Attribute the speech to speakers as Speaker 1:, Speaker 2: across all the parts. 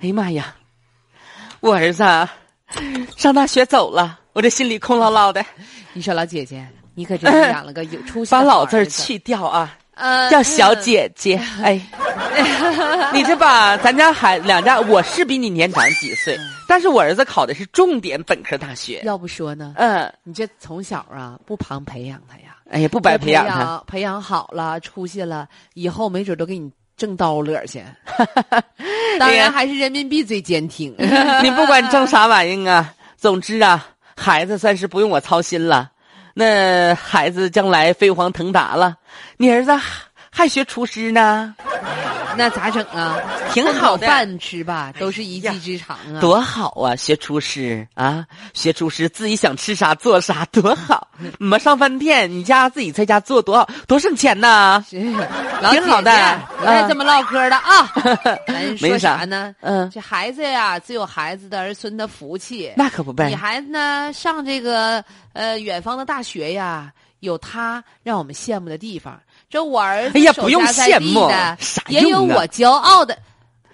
Speaker 1: 哎呀妈呀，我儿子啊上大学走了，我这心里空落落的，
Speaker 2: 你说老姐姐，你可真是养了个有出息的
Speaker 1: 把
Speaker 2: 好
Speaker 1: 老字
Speaker 2: 儿
Speaker 1: 儿
Speaker 2: 子，嗯
Speaker 1: 去掉啊，
Speaker 2: 呃
Speaker 1: 叫小。姐姐。 哎，你这把咱家孩两家，我是比你年长几
Speaker 2: 嗯
Speaker 1: 岁，但是我儿子考的是重点本科大学。
Speaker 2: 要不说呢，
Speaker 1: 嗯，
Speaker 2: 你这从小啊不旁培养他呀，
Speaker 1: 哎呀，不白培养他。，
Speaker 2: 培养好了，出息了，以后没准都给你挣刀 乐去。当
Speaker 1: 哎
Speaker 2: 然还是人民币最坚挺。
Speaker 1: 你不管挣啥玩意儿啊，总之啊，孩子算是不用我操心了。那孩子将来飞黄腾达了，你儿子还还学厨师呢，
Speaker 2: 那咋整啊？
Speaker 1: 挺
Speaker 2: 混
Speaker 1: 好
Speaker 2: 口
Speaker 1: 的，
Speaker 2: 饭吃吧，都是一
Speaker 1: 哎
Speaker 2: 技
Speaker 1: 呀
Speaker 2: 之长啊。
Speaker 1: 多好啊！学厨师啊，学厨师自己想吃啥做啥，多 好！没上饭店，你家自己在家做多好，多省钱呐！
Speaker 2: 是老
Speaker 1: 挺好的
Speaker 2: 姐姐不带
Speaker 1: 嗯
Speaker 2: 这么唠嗑 的啊。咱说
Speaker 1: 没啥
Speaker 2: 啥呢？
Speaker 1: 嗯，
Speaker 2: 这孩子呀，自有孩子的儿孙的福气。
Speaker 1: 那可不呗
Speaker 2: 你。孩子呢，上这个呃远方的大学呀，有他让我们羡慕的地方。这我儿子
Speaker 1: 哎呀
Speaker 2: 手
Speaker 1: 不用
Speaker 2: 下在
Speaker 1: 羡
Speaker 2: 地
Speaker 1: 慕
Speaker 2: 的
Speaker 1: 啥
Speaker 2: 也有
Speaker 1: 用啊
Speaker 2: 我骄傲的。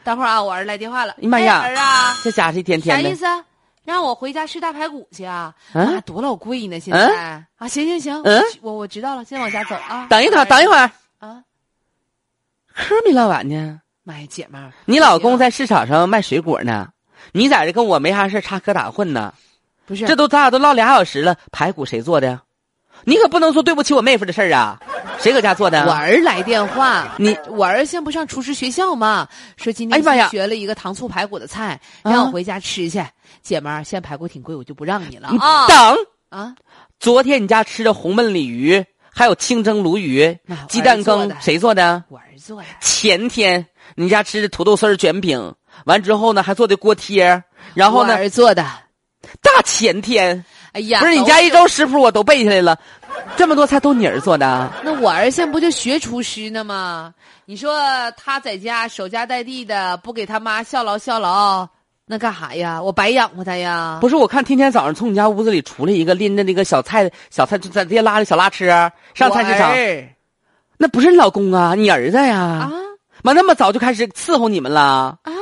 Speaker 2: 等会儿啊，我儿来电话了。
Speaker 1: 哎妈呀
Speaker 2: 哎、儿啊，
Speaker 1: 这家伙这天
Speaker 2: 啥
Speaker 1: 天
Speaker 2: 意
Speaker 1: 的，
Speaker 2: 思啊？让我回家吃大排骨去啊？
Speaker 1: 嗯
Speaker 2: 啊，多老贵呢，现在、啊，行行行，
Speaker 1: 嗯
Speaker 2: 我去我我知道了，先往家走啊。
Speaker 1: 等一等，等一会
Speaker 2: 儿
Speaker 1: 儿，
Speaker 2: 啊！
Speaker 1: 嗑没唠完呢。
Speaker 2: 妈呀，姐们儿，
Speaker 1: 你老公在市场上卖水果呢，你在这跟我没啥事儿插科打诨呢？
Speaker 2: 不是
Speaker 1: 这都咱俩都唠俩小时了，排骨谁做的？你可不能说对不起我妹夫的事儿啊！谁搁家做的？
Speaker 2: 我儿来电话，
Speaker 1: 你
Speaker 2: 我儿现在不上厨师学校吗？说今
Speaker 1: 哎
Speaker 2: 天
Speaker 1: 呀妈呀
Speaker 2: 新学了一个糖醋排骨的菜，
Speaker 1: 啊
Speaker 2: 让我回家吃去。姐们儿，现在排骨挺贵，我就不让你了
Speaker 1: 你
Speaker 2: 啊
Speaker 1: 等，
Speaker 2: 啊！
Speaker 1: 昨天你家吃的红焖鲤鱼，还有清蒸鲈鱼
Speaker 2: 那我儿、
Speaker 1: 鸡蛋
Speaker 2: 做
Speaker 1: 羹
Speaker 2: 的，
Speaker 1: 谁做的？
Speaker 2: 我儿做的，
Speaker 1: 前天你家吃的土豆丝儿卷饼，完之后呢还做的锅贴儿，然后
Speaker 2: 我
Speaker 1: 呢
Speaker 2: 儿做的。
Speaker 1: 大前天
Speaker 2: 哎呀，
Speaker 1: 不是你
Speaker 2: 都
Speaker 1: 家一周食谱我都背下来了，这么多菜都你儿做的啊？
Speaker 2: 那我儿现在不就学厨师呢吗？你说他在家守家待地的，不给他妈效劳效劳，那干啥呀？我白养活他呀？
Speaker 1: 不是，我看天天早上从你家屋子里出来一个拎着那个小菜小菜，就在地下拉着小拉车上菜市
Speaker 2: 我
Speaker 1: 场，
Speaker 2: 儿
Speaker 1: 那不是你老公啊，你儿子呀、
Speaker 2: 啊
Speaker 1: 妈那么早就开始伺候你们了？
Speaker 2: 啊！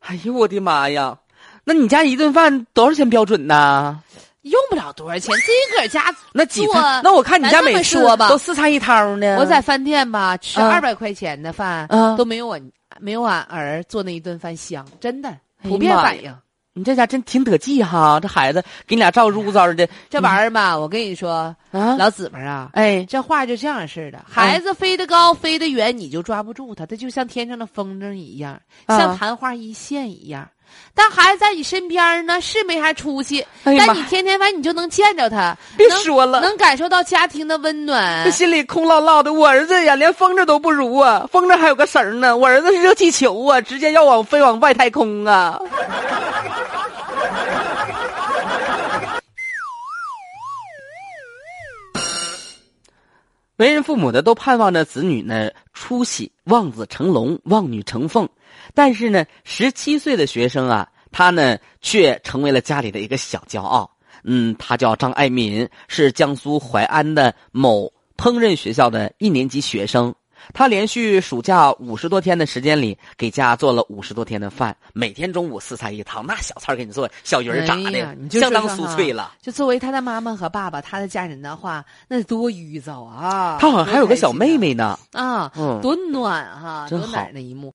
Speaker 1: 哎呦我的妈呀！那你家一顿饭多少钱标准呢？
Speaker 2: 用不了多少钱，自己个儿家
Speaker 1: 那几
Speaker 2: 做
Speaker 1: 餐？那我看你家
Speaker 2: 咱这
Speaker 1: 每
Speaker 2: 么
Speaker 1: 次
Speaker 2: 说吧
Speaker 1: 都四菜一汤呢。
Speaker 2: 我在嗯饭店吧吃
Speaker 1: 啊
Speaker 2: 二百块钱的饭，
Speaker 1: 啊
Speaker 2: 都没有我没有俺儿做那一顿饭香，真的
Speaker 1: 哎呀
Speaker 2: 普遍
Speaker 1: 妈
Speaker 2: 反
Speaker 1: 呀
Speaker 2: 应。
Speaker 1: 你这家真挺得计哈，这孩子给你俩照如照的
Speaker 2: 这玩意儿吧，
Speaker 1: 嗯
Speaker 2: 我跟你说，
Speaker 1: 啊！
Speaker 2: 老姊们儿啊，
Speaker 1: 哎，
Speaker 2: 这话就这样似
Speaker 1: 嗯
Speaker 2: 的，孩子飞得高，飞得远，你就抓不住他，他就像天上的风筝一样，
Speaker 1: 啊
Speaker 2: 像昙花一现一样。但孩子在你身边儿呢，是没啥出息，
Speaker 1: 哎呀
Speaker 2: 但
Speaker 1: 妈
Speaker 2: 你！天天反正你就能见着他，
Speaker 1: 别
Speaker 2: 能
Speaker 1: 说了
Speaker 2: 能感受到家庭的温暖
Speaker 1: 这。心里空落落的，我儿子呀，连风筝都不如啊！风筝还有个绳儿呢，我儿子是热气球啊，直接要往飞往外太空啊！为人父母的都盼望着子女呢出息，望子成龙，望女成凤。但是呢，十七岁的学生啊，他呢却成为了家里的一个小骄傲。嗯，他叫张爱民，是江苏淮安的某烹饪学校的一年级学生。他连续暑假五十多天的时间里，给家做了五十多天的饭，每天中午四菜一汤，那小菜儿给你做，小鱼儿炸
Speaker 2: 哎
Speaker 1: 的，
Speaker 2: 呀你就
Speaker 1: 相当
Speaker 2: 说说
Speaker 1: 酥
Speaker 2: 哈
Speaker 1: 脆了。
Speaker 2: 就作为他的妈妈和爸爸，他的家人的话，那得多愉躁啊！
Speaker 1: 他好像还有个小妹
Speaker 2: 妹
Speaker 1: 妹呢，
Speaker 2: 啊，
Speaker 1: 嗯，
Speaker 2: 多暖哈、啊
Speaker 1: 真
Speaker 2: 多暖
Speaker 1: 好
Speaker 2: 的一幕。